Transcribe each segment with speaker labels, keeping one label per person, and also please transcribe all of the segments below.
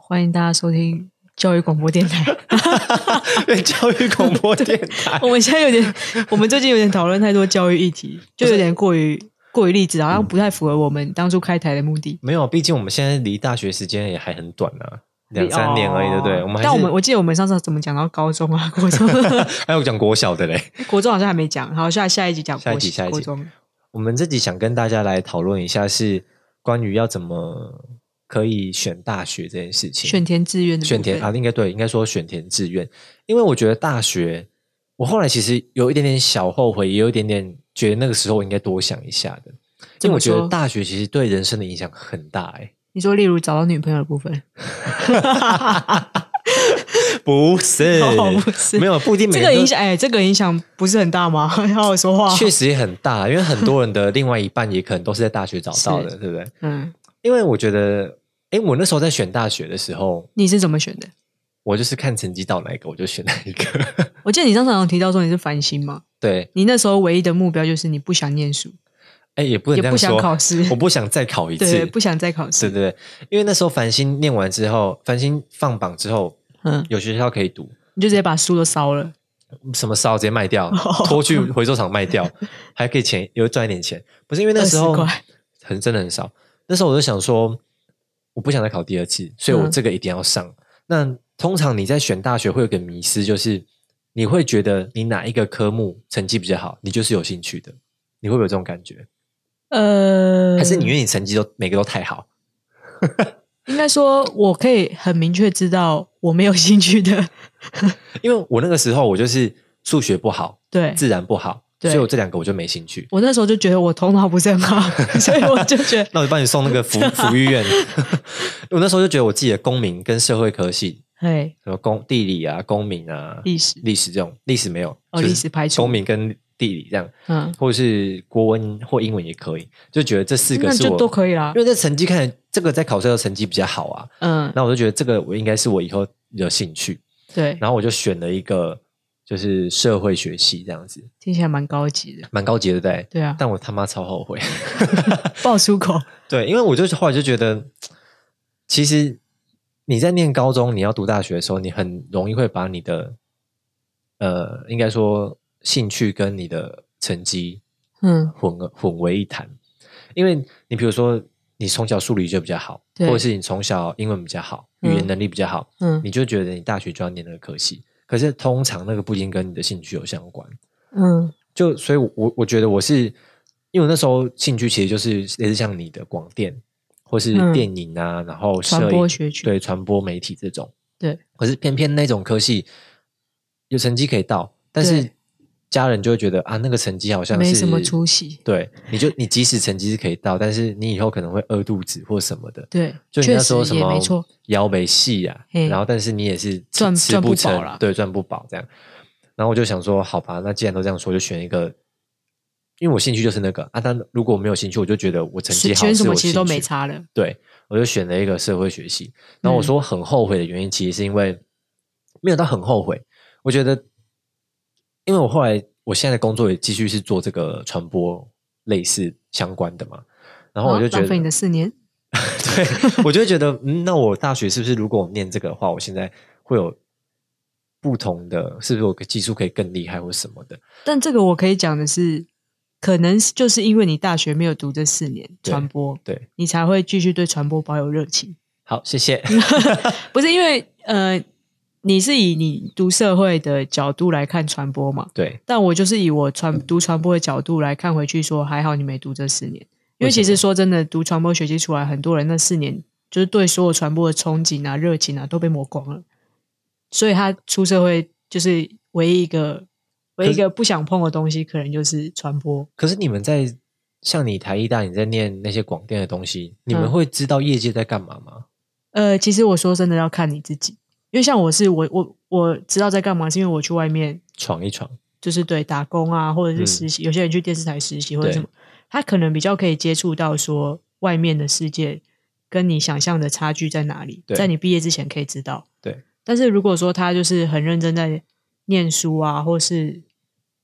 Speaker 1: 欢迎大家收听教育广播电台。
Speaker 2: 教育广播电台
Speaker 1: 我们现在有点，我们最近有点讨论太多教育议题，就有点过于过于励志，好像不太符合我们当初开台的目的。
Speaker 2: 没有，毕竟我们现在离大学时间也还很短啊，两三年而已，对不对？
Speaker 1: 哦
Speaker 2: 我们还
Speaker 1: 但我们
Speaker 2: 是
Speaker 1: 我记得我们上次怎么讲到高中啊，国 中，
Speaker 2: 还有讲国小的嘞。
Speaker 1: 国中好像还没讲。好，下下一集讲
Speaker 2: 下一
Speaker 1: 国
Speaker 2: 集下一集
Speaker 1: 国中。
Speaker 2: 我们这集想跟大家来讨论一下，是关于要怎么可以选大学这件事情。
Speaker 1: 选填志愿的部
Speaker 2: 选填
Speaker 1: 分
Speaker 2: 啊，，应该对，应该说选填志愿，因为我觉得大学，我后来其实有一点点小后悔，也有一点点觉得那个时候我应该多想一下的，因
Speaker 1: 怎
Speaker 2: 为
Speaker 1: 么
Speaker 2: 我觉得
Speaker 1: 说
Speaker 2: 大学其实对人生的影响很大、欸，
Speaker 1: 你说例如找到女朋友的部分，
Speaker 2: 不是，
Speaker 1: 哦不是
Speaker 2: 没有不一定每
Speaker 1: 这
Speaker 2: 个人
Speaker 1: 个
Speaker 2: 都
Speaker 1: 影响，哎，这个影响不是很大吗？ 好好说话。
Speaker 2: 确实也很大，因为很多人的另外一半也可能都是在大学找到的，对不对？
Speaker 1: 嗯，
Speaker 2: 因为我觉得，哎，我那时候在选大学的时候，
Speaker 1: 你是怎么选的？
Speaker 2: 我就是看成绩到哪一个我就选哪一个，
Speaker 1: 我记得你上次好像提到说你是繁星嘛，
Speaker 2: 对，
Speaker 1: 你那时候唯一的目标就是你不想念书，
Speaker 2: 哎，也不能
Speaker 1: 也
Speaker 2: 这样
Speaker 1: 不想
Speaker 2: 说，
Speaker 1: 考试
Speaker 2: 我不想再考一次，
Speaker 1: 对，不想再考试。
Speaker 2: 对对对，因为那时候繁星念完之后，繁星放榜之后，
Speaker 1: 嗯，
Speaker 2: 有学校可以读，
Speaker 1: 你就直接把书都烧了。
Speaker 2: 什么烧直接卖掉，
Speaker 1: 哦
Speaker 2: 拖去回收厂 卖掉，还可以钱又赚一点钱。不是因为那时候
Speaker 1: 20块
Speaker 2: 很真的很少，那时候我就想说，我不想再考第二次，所以我
Speaker 1: 嗯
Speaker 2: 这个一定要上。那通常你在选大学会有个迷失，就是你会觉得你哪一个科目成绩比较好，你就是有兴趣的，你会不会有这种感觉？
Speaker 1: 呃，
Speaker 2: 还是你因为你成绩都每个都太好？
Speaker 1: 应该说，我可以很明确知道我没有兴趣的，
Speaker 2: 因为我那个时候我就是数学不好，
Speaker 1: 对
Speaker 2: 自然不好，
Speaker 1: 对
Speaker 2: 所以我这两个我就没兴趣。
Speaker 1: 我那时候就觉得我头脑不是很 好，所以我就觉得
Speaker 2: 那我就帮你送那个福福育院。 我那时候就觉得我自己的公民跟社会科系，
Speaker 1: 哎，
Speaker 2: 什么公地理啊、公民啊、
Speaker 1: 历史
Speaker 2: 历史这种，历史没有，
Speaker 1: 哦
Speaker 2: 就是
Speaker 1: 历史排除
Speaker 2: 公民跟地理这样，
Speaker 1: 嗯，
Speaker 2: 或者是国文或英文也可以，就觉得这四个
Speaker 1: 那
Speaker 2: 是
Speaker 1: 就
Speaker 2: 我
Speaker 1: 都可以啊啦
Speaker 2: 因。为这成绩看起来这个在考试的成绩比较好啊，
Speaker 1: 嗯，
Speaker 2: 那我就觉得这个我应该是我以后有兴趣，
Speaker 1: 对，
Speaker 2: 然后我就选了一个就是社会学系这样子，
Speaker 1: 听起来蛮高级的。
Speaker 2: 蛮高级的，对不对？
Speaker 1: 对啊，
Speaker 2: 但我他妈超后悔。
Speaker 1: 爆粗 口，
Speaker 2: 对，因为我就是后来就觉得，其实你在念高中，你要读大学的时候，你很容易会把你的呃，应该说兴趣跟你的成绩
Speaker 1: 嗯，
Speaker 2: 混混为一谈。因为你比如说，你从小数理就比较好，
Speaker 1: 对
Speaker 2: 或者是你从小英文比较好，语言
Speaker 1: 嗯
Speaker 2: 能力比较好，
Speaker 1: 嗯
Speaker 2: 你就觉得你大学就要念那个科系。可是通常那个不一定跟你的兴趣有相关。
Speaker 1: 嗯，
Speaker 2: 就所以我，我我觉得我是，因为我那时候兴趣其实就是类似像你的广电或是
Speaker 1: 嗯
Speaker 2: 电影啊，然后摄
Speaker 1: 传播
Speaker 2: 影
Speaker 1: 学群
Speaker 2: 对传播媒体这种。
Speaker 1: 对，
Speaker 2: 可是偏偏那种科系有成绩可以到，但是
Speaker 1: 对
Speaker 2: 家人就会觉得啊，那个成绩好像是
Speaker 1: 没什么出息。
Speaker 2: 对，你就你即使成绩是可以到，但是你以后可能会饿肚子或什么的。
Speaker 1: 对，
Speaker 2: 就你
Speaker 1: 确
Speaker 2: 那
Speaker 1: 实
Speaker 2: 时候什
Speaker 1: 也
Speaker 2: 么
Speaker 1: 没错。
Speaker 2: 摇北戏啊，
Speaker 1: 嘿
Speaker 2: 然后但是你也是吃
Speaker 1: 赚
Speaker 2: 吃
Speaker 1: 赚不
Speaker 2: 不
Speaker 1: 饱
Speaker 2: 成
Speaker 1: 啦
Speaker 2: 对，赚不饱这样。然后我就想说，好吧，那既然都这样说，就选一个，因为我兴趣就是那个啊。但如果我没有兴趣，我就觉得我成绩好
Speaker 1: 选
Speaker 2: 是
Speaker 1: 什么
Speaker 2: 我
Speaker 1: 其
Speaker 2: 兴
Speaker 1: 实都没
Speaker 2: 趣。
Speaker 1: 差嗯了。
Speaker 2: 对，我就选了一个社会学系。然后我说很后悔的原因，其实是因为没有到很后悔，我觉得，因为我后来我现在的工作也继续是做这个传播类似相关的嘛。然后我就
Speaker 1: 啊
Speaker 2: 觉得
Speaker 1: 浪费你的四年。
Speaker 2: 对，我就会觉得，嗯，那我大学是不是如果我念这个的话，我现在会有不同的，是不是我技术可以更厉害或什么的？
Speaker 1: 但这个我可以讲的是，可能是就是因为你大学没有读这四年
Speaker 2: 对
Speaker 1: 传播，
Speaker 2: 对，
Speaker 1: 你才会继续对传播保有热情。
Speaker 2: 好，谢谢。
Speaker 1: 嗯不是因为呃，你是以你读社会的角度来看传播嘛？
Speaker 2: 对，
Speaker 1: 但我就是以我传
Speaker 2: 嗯
Speaker 1: 读传播的角度来看回去说，还好你没读这四年，因
Speaker 2: 为
Speaker 1: 为
Speaker 2: 什
Speaker 1: 其
Speaker 2: 么
Speaker 1: 实说真的，读传播学习出来，很多人那四年就是对所有传播的憧憬啊、热情啊都被磨光了，所以他出社会就是唯一一个唯一一个不想碰的东西，可能就是传播。
Speaker 2: 可是你们在像你台艺大，你在念那些广电的东西，你们
Speaker 1: 嗯
Speaker 2: 会知道业界在干嘛吗？
Speaker 1: 呃，其实我说真的要看你自己，因为像我是我我我知道在干嘛，是因为我去外面
Speaker 2: 闯一闯，
Speaker 1: 就是对打工啊，或者
Speaker 2: 嗯
Speaker 1: 是实习，有些人去电视台实习或者
Speaker 2: 对
Speaker 1: 什么，他可能比较可以接触到说外面的世界跟你想象的差距在哪里，
Speaker 2: 对
Speaker 1: 在你毕业之前可以知道。
Speaker 2: 对，
Speaker 1: 但是如果说他就是很认真在念书啊，或是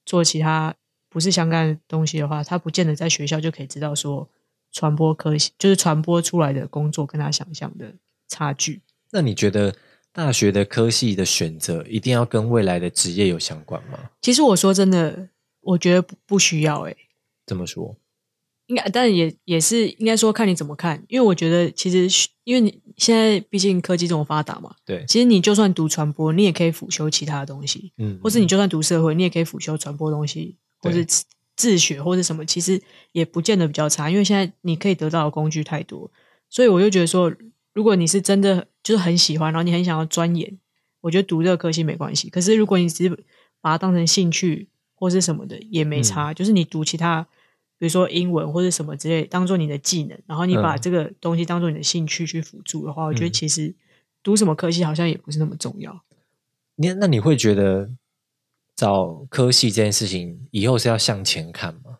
Speaker 1: 做其他不是相干的东西的话，他不见得在学校就可以知道说传播科系就是传播出来的工作跟他想象的差距。
Speaker 2: 那你觉得大学的科系的选择一定要跟未来的职业有相关吗？
Speaker 1: 其实我说真的，我觉得不不需要欸诶、
Speaker 2: 这么说，
Speaker 1: 应该，但也也是应该说看你怎么看，因为我觉得其实学因为你现在毕竟科技这么发达嘛，
Speaker 2: 对，
Speaker 1: 其实你就算读传播，你也可以辅修其他的东西，
Speaker 2: 嗯，
Speaker 1: 或是你就算读社会，你也可以辅修传播东西，或
Speaker 2: 对
Speaker 1: 是自自学或是什么，其实也不见得比较差，因为现在你可以得到的工具太多，所以我就觉得说，如果你是真的就是很喜欢，然后你很想要钻研，我觉得读这个科系没关系。可是如果你只是把它当成兴趣或是什么的，也没
Speaker 2: 嗯
Speaker 1: 差，就是你读其他。比如说英文或者什么之类，当做你的技能，然后你把
Speaker 2: 嗯
Speaker 1: 这个东西当做你的兴趣去辅助的话，我觉得
Speaker 2: 嗯
Speaker 1: 其实读什么科系好像也不是那么重要。
Speaker 2: 你那你会觉得找科系这件事情以后是要向前看吗？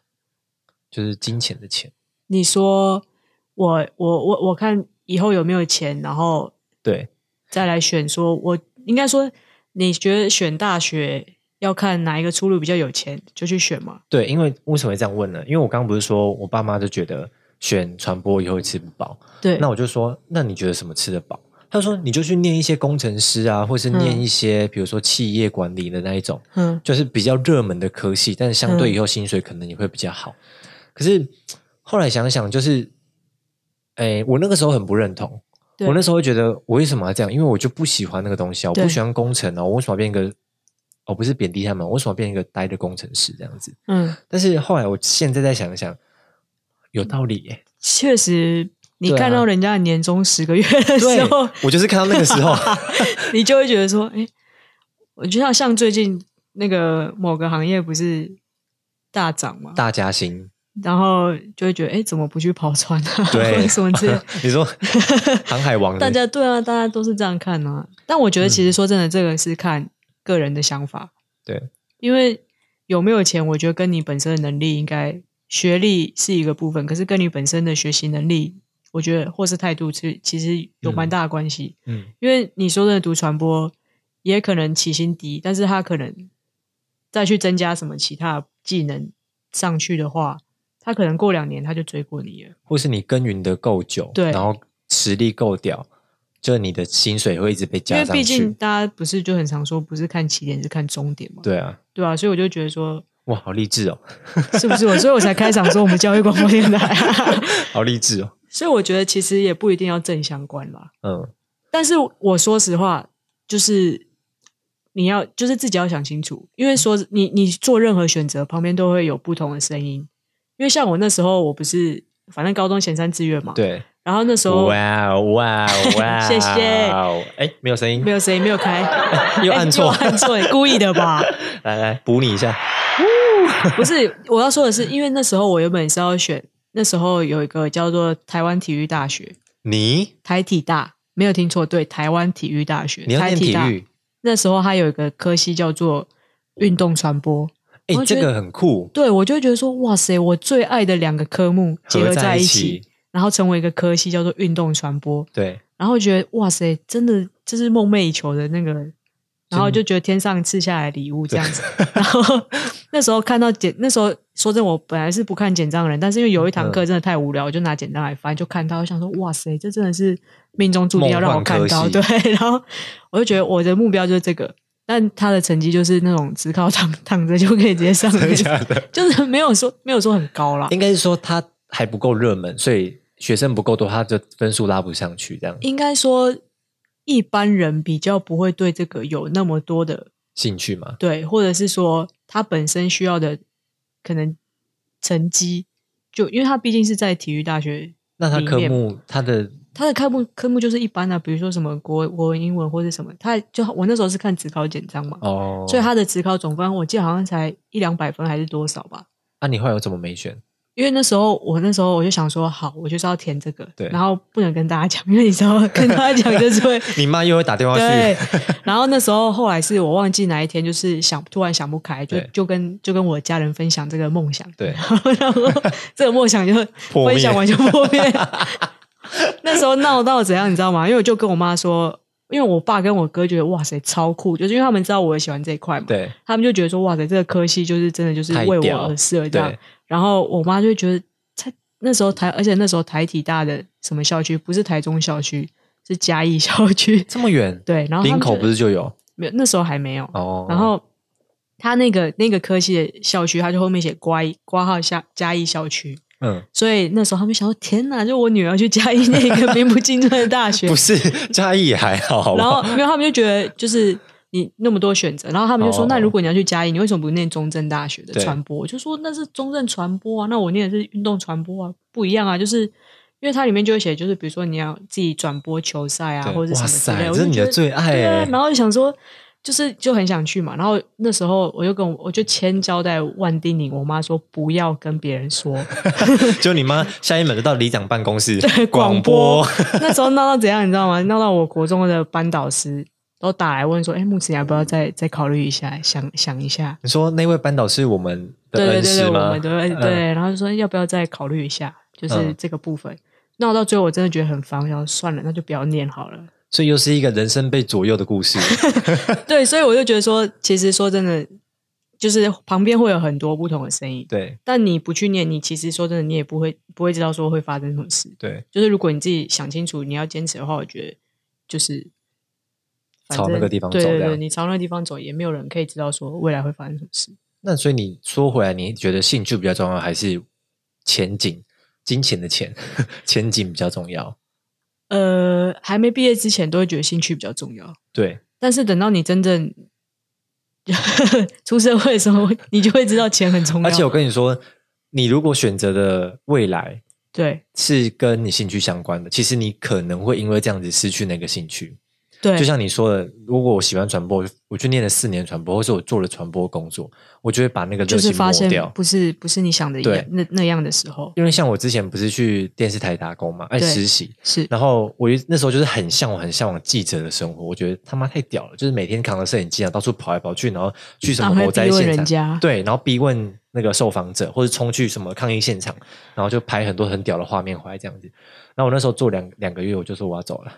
Speaker 2: 就是金钱的钱，
Speaker 1: 你说我我我我看以后有没有钱，然后
Speaker 2: 对，
Speaker 1: 再来选说。我应该说，你觉得选大学要看哪一个出路比较有钱，就去选嘛。
Speaker 2: 对，因为为什么会这样问呢？因为我刚刚不是说我爸妈就觉得选传播以后吃不饱，
Speaker 1: 对，
Speaker 2: 那我就说，那你觉得什么吃得饱？他说你就去念一些工程师啊，或是念
Speaker 1: 嗯
Speaker 2: 一些、比如说企业管理的那一种，
Speaker 1: 嗯
Speaker 2: 就是比较热门的科系，但是相对
Speaker 1: 嗯
Speaker 2: 以后薪水可能也会比较好。可是后来想想，就是，哎，我那个时候很不认同，
Speaker 1: 对
Speaker 2: 我那时候会觉得我为什么要这样？因为我就不喜欢那个东西啊，我不
Speaker 1: 对
Speaker 2: 喜欢工程啊，我为什么要变一个？哦，不是贬低他们，我为什么要变一个呆的工程师这样子？
Speaker 1: 嗯，
Speaker 2: 但是后来我现在再想一想，有道理 耶、
Speaker 1: 确实，你
Speaker 2: 对啊
Speaker 1: 看到人家的年终十个月的时候，
Speaker 2: 我就是看到那个时候，
Speaker 1: 你就会觉得说，哎、我就像像最近那个某个行业不是大涨嘛，
Speaker 2: 大家 兴。
Speaker 1: 然后就会觉得，哎、怎么不去跑船啊？
Speaker 2: 对
Speaker 1: 什么之类的。
Speaker 2: 你说航海王的，
Speaker 1: 大家对啊，大家都是这样看啊。但我觉得其实说真的，这个是看个人的想法。
Speaker 2: 对，
Speaker 1: 因为有没有钱，我觉得跟你本身的能力应该学历是一个部分，可是跟你本身的学习能力，我觉得或是态度是其实有蛮大的关系。
Speaker 2: 嗯，
Speaker 1: 因为你说真的，读传播也可能起薪低，但是他可能再去增加什么其他技能上去的话，他可能过两年他就追过你了。
Speaker 2: 或是你耕耘的够久，
Speaker 1: 对
Speaker 2: 然后实力够屌，就是你的薪水会一直被
Speaker 1: 因
Speaker 2: 加
Speaker 1: 为
Speaker 2: 上
Speaker 1: 毕竟
Speaker 2: 去。
Speaker 1: 大家不是就很常说，不是看起点，是看终点嘛。
Speaker 2: 对啊，
Speaker 1: 对啊，所以我就觉得说，
Speaker 2: 哇，好励志哦，
Speaker 1: 是不是我？所以我才开场说我们教育广播电台、啊
Speaker 2: 好励志哦，
Speaker 1: 所以我觉得其实也不一定要正相关啦。
Speaker 2: 嗯，
Speaker 1: 但是我说实话，就是你要就是自己要想清楚，因为说你你做任何选择，旁边都会有不同的声音。因为像我那时候，我不是反正高中前三志愿嘛，。
Speaker 2: 对，
Speaker 1: 然后那时候
Speaker 2: 哇哦哇哦哇 哦，
Speaker 1: 谢谢
Speaker 2: 哎，没有声音
Speaker 1: 没，有声音，没有开，
Speaker 2: 又按错
Speaker 1: 哎又按错，你故意的吧？
Speaker 2: 来来补你一下，
Speaker 1: 不是，我要说的是，因为那时候我原本是要选，那时候有一个叫做台湾体育大学，
Speaker 2: 你
Speaker 1: 台体大，没有听错，对，台湾体育大学，
Speaker 2: 你要
Speaker 1: 台
Speaker 2: 念
Speaker 1: 体
Speaker 2: 体
Speaker 1: 大。
Speaker 2: 育，
Speaker 1: 那时候它有一个科系叫做运动传播，
Speaker 2: 哎
Speaker 1: 我，觉
Speaker 2: 这
Speaker 1: 得
Speaker 2: 个很酷，
Speaker 1: 对我就会觉得说，哇塞，我最爱的两个科目结合在
Speaker 2: 在
Speaker 1: 一起，
Speaker 2: 起，
Speaker 1: 然后成为一个科系叫做运动传播，
Speaker 2: 对，
Speaker 1: 然后觉得哇塞，真的就是梦寐以求的那个。然后
Speaker 2: 真
Speaker 1: 就觉得天上赐下来的礼物这样子， 然后那时候看到简，那时候说真的，我本来是不看简章的人，但是因为有一
Speaker 2: 嗯
Speaker 1: 堂课真的太无聊，我就拿简章来翻，就看到，我想说，哇塞，这真的是命中注定要让我看到，
Speaker 2: 梦幻
Speaker 1: 对
Speaker 2: 科。
Speaker 1: 然后我就觉得我的目标就是这个，但他的成绩就是那种只靠躺躺着就可以直接上
Speaker 2: 真的
Speaker 1: 的，
Speaker 2: 假的？
Speaker 1: 就是没有说没有说很高啦，
Speaker 2: 应该是说他还不够热门，所以学生不够多，他就分数拉不上去，这样
Speaker 1: 应该说一般人比较不会对这个有那么多的
Speaker 2: 兴趣嘛，
Speaker 1: 对，或者是说他本身需要的可能成绩，就因为他毕竟是在体育大学，
Speaker 2: 那他
Speaker 1: 里
Speaker 2: 科
Speaker 1: 面
Speaker 2: 目他的
Speaker 1: 他的科目科目就是一般的、比如说什么国国文、英文或者什么，他就我那时候是看职考简章嘛，
Speaker 2: 哦，
Speaker 1: 所以他的职考总分我记得好像才一两百分还是多少吧。
Speaker 2: 啊，你后来有怎么没选？
Speaker 1: 因为那时候我那时候我就想说，好，我就是要填这个，
Speaker 2: 对
Speaker 1: 然后不能跟大家讲，因为你知道跟大家讲就是会
Speaker 2: 你妈又会打电话
Speaker 1: 对
Speaker 2: 去，，
Speaker 1: 然后那时候后来是我忘记哪一天，就是想突然想不开，就
Speaker 2: 对
Speaker 1: 就跟就跟我家人分享这个梦想，
Speaker 2: 对，
Speaker 1: 然后 这个梦想就
Speaker 2: 破灭
Speaker 1: 分享完就破 灭。那时候闹到怎样，你知道吗？因为我就跟我妈说，因为我爸跟我哥觉得哇塞超酷，就是因为他们知道我也喜欢这一块嘛，
Speaker 2: 对
Speaker 1: 他们就觉得说哇塞这个科系就是真的就是
Speaker 2: 太
Speaker 1: 为我
Speaker 2: 屌
Speaker 1: 而设这样
Speaker 2: 对。，
Speaker 1: 然后我妈就会觉得才那时候台，而且那时候台体大的什么校区不是台中校区，是嘉义校区，
Speaker 2: 这么远，
Speaker 1: 对，然后他
Speaker 2: 林
Speaker 1: 们
Speaker 2: 口
Speaker 1: 就
Speaker 2: 不是就有
Speaker 1: 没有，那时候还没有。
Speaker 2: 哦？
Speaker 1: 然后他那个那个科系的校区，他就后面写挂一挂号下嘉义校区，
Speaker 2: 嗯，
Speaker 1: 所以那时候他们想说，天哪，就我女儿去嘉义那个名不见经传的大学
Speaker 2: 不，是嘉义也还好，好不
Speaker 1: 然后
Speaker 2: 好？
Speaker 1: 因为他们就觉得就是。你那么多选择，然后他们就说：“
Speaker 2: 哦
Speaker 1: 那如果你要去嘉义，你为什么不念中正大学的
Speaker 2: 对
Speaker 1: 传播？”我就说：“那是中正传播啊，那我念的是运动传播啊，不一样啊。”就是因为它里面就会写，就是比如说你要自己转播球赛啊，
Speaker 2: 对
Speaker 1: 或者
Speaker 2: 哇
Speaker 1: 是什么之类的。
Speaker 2: 塞，这
Speaker 1: 我就是
Speaker 2: 你
Speaker 1: 觉
Speaker 2: 的
Speaker 1: 得
Speaker 2: 最爱
Speaker 1: 对啊
Speaker 2: 欸，，
Speaker 1: 然后就想说，就是就很想去嘛。然后那时候我就跟我我就千交代万叮咛我妈说，不要跟别人 说
Speaker 2: 就 你妈下一门就到里长办公室
Speaker 1: 对
Speaker 2: 广
Speaker 1: 播。那时候闹到怎样，你知道吗？闹到我国中的班导师都打来问说，哎，木子你要不要再再考虑一下，想想一下？
Speaker 2: 你说那位班导是我们的
Speaker 1: 对对
Speaker 2: 恩
Speaker 1: 对
Speaker 2: 师
Speaker 1: 对，我
Speaker 2: 吗？
Speaker 1: 们都会
Speaker 2: 嗯
Speaker 1: 对，然后就说要不要再考虑一下，就是
Speaker 2: 嗯
Speaker 1: 这个部分。闹到最后，我真的觉得很烦，然后算了，那就不要念好了。
Speaker 2: 所以又是一个人生被左右的故事。
Speaker 1: 对，所以我就觉得说，其实说真的，就是旁边会有很多不同的声音，
Speaker 2: 对
Speaker 1: 但你不去念，你其实说真的，你也不会不会知道说会发生什么事。
Speaker 2: 对，
Speaker 1: 就是如果你自己想清楚，你要坚持的话，我觉得就是反
Speaker 2: 朝那
Speaker 1: 正
Speaker 2: 个地方
Speaker 1: 对
Speaker 2: 走
Speaker 1: 对
Speaker 2: 这
Speaker 1: 对，
Speaker 2: 样
Speaker 1: 你朝那个地方走，也没有人可以知道说未来会发生什么事。
Speaker 2: 那所以你说回来，你觉得兴趣比较重要，还是前景？金钱的钱， 前景比较重要。
Speaker 1: 呃，还没毕业之前都会觉得兴趣比较重要，
Speaker 2: 对，
Speaker 1: 但是等到你真正 出社会的时候，你就会知道钱很重要。
Speaker 2: 而且我跟你说，你如果选择的未来
Speaker 1: 对
Speaker 2: 是跟你兴趣相关的，其实你可能会因为这样子失去那个兴趣。
Speaker 1: 对，
Speaker 2: 就像你说的，如果我喜欢传播，我去念了四年传播，或是我做了传播工作，我就会把那个
Speaker 1: 就
Speaker 2: 热
Speaker 1: 是
Speaker 2: 情
Speaker 1: 发
Speaker 2: 抹
Speaker 1: 现
Speaker 2: 掉。
Speaker 1: 不是不是你想的一样
Speaker 2: 对
Speaker 1: 那那样的时候，
Speaker 2: 因为像我之前不是去电视台打工嘛，爱
Speaker 1: 对
Speaker 2: 实习，
Speaker 1: 是
Speaker 2: 然后我就那时候就是很向往、很向往记者的生活，我觉得他妈太屌了，就是每天扛着摄影机啊，到处跑来跑去，然后去什
Speaker 1: 然
Speaker 2: 么
Speaker 1: 后
Speaker 2: 火
Speaker 1: 会
Speaker 2: 灾
Speaker 1: 逼问
Speaker 2: 现
Speaker 1: 人
Speaker 2: 场，
Speaker 1: 家，
Speaker 2: 对，然后逼问那个受访者，或者冲去什么抗议现场，然后就拍很多很屌的画面回来这样子。然后我那时候做两两个月，我就说我要走了，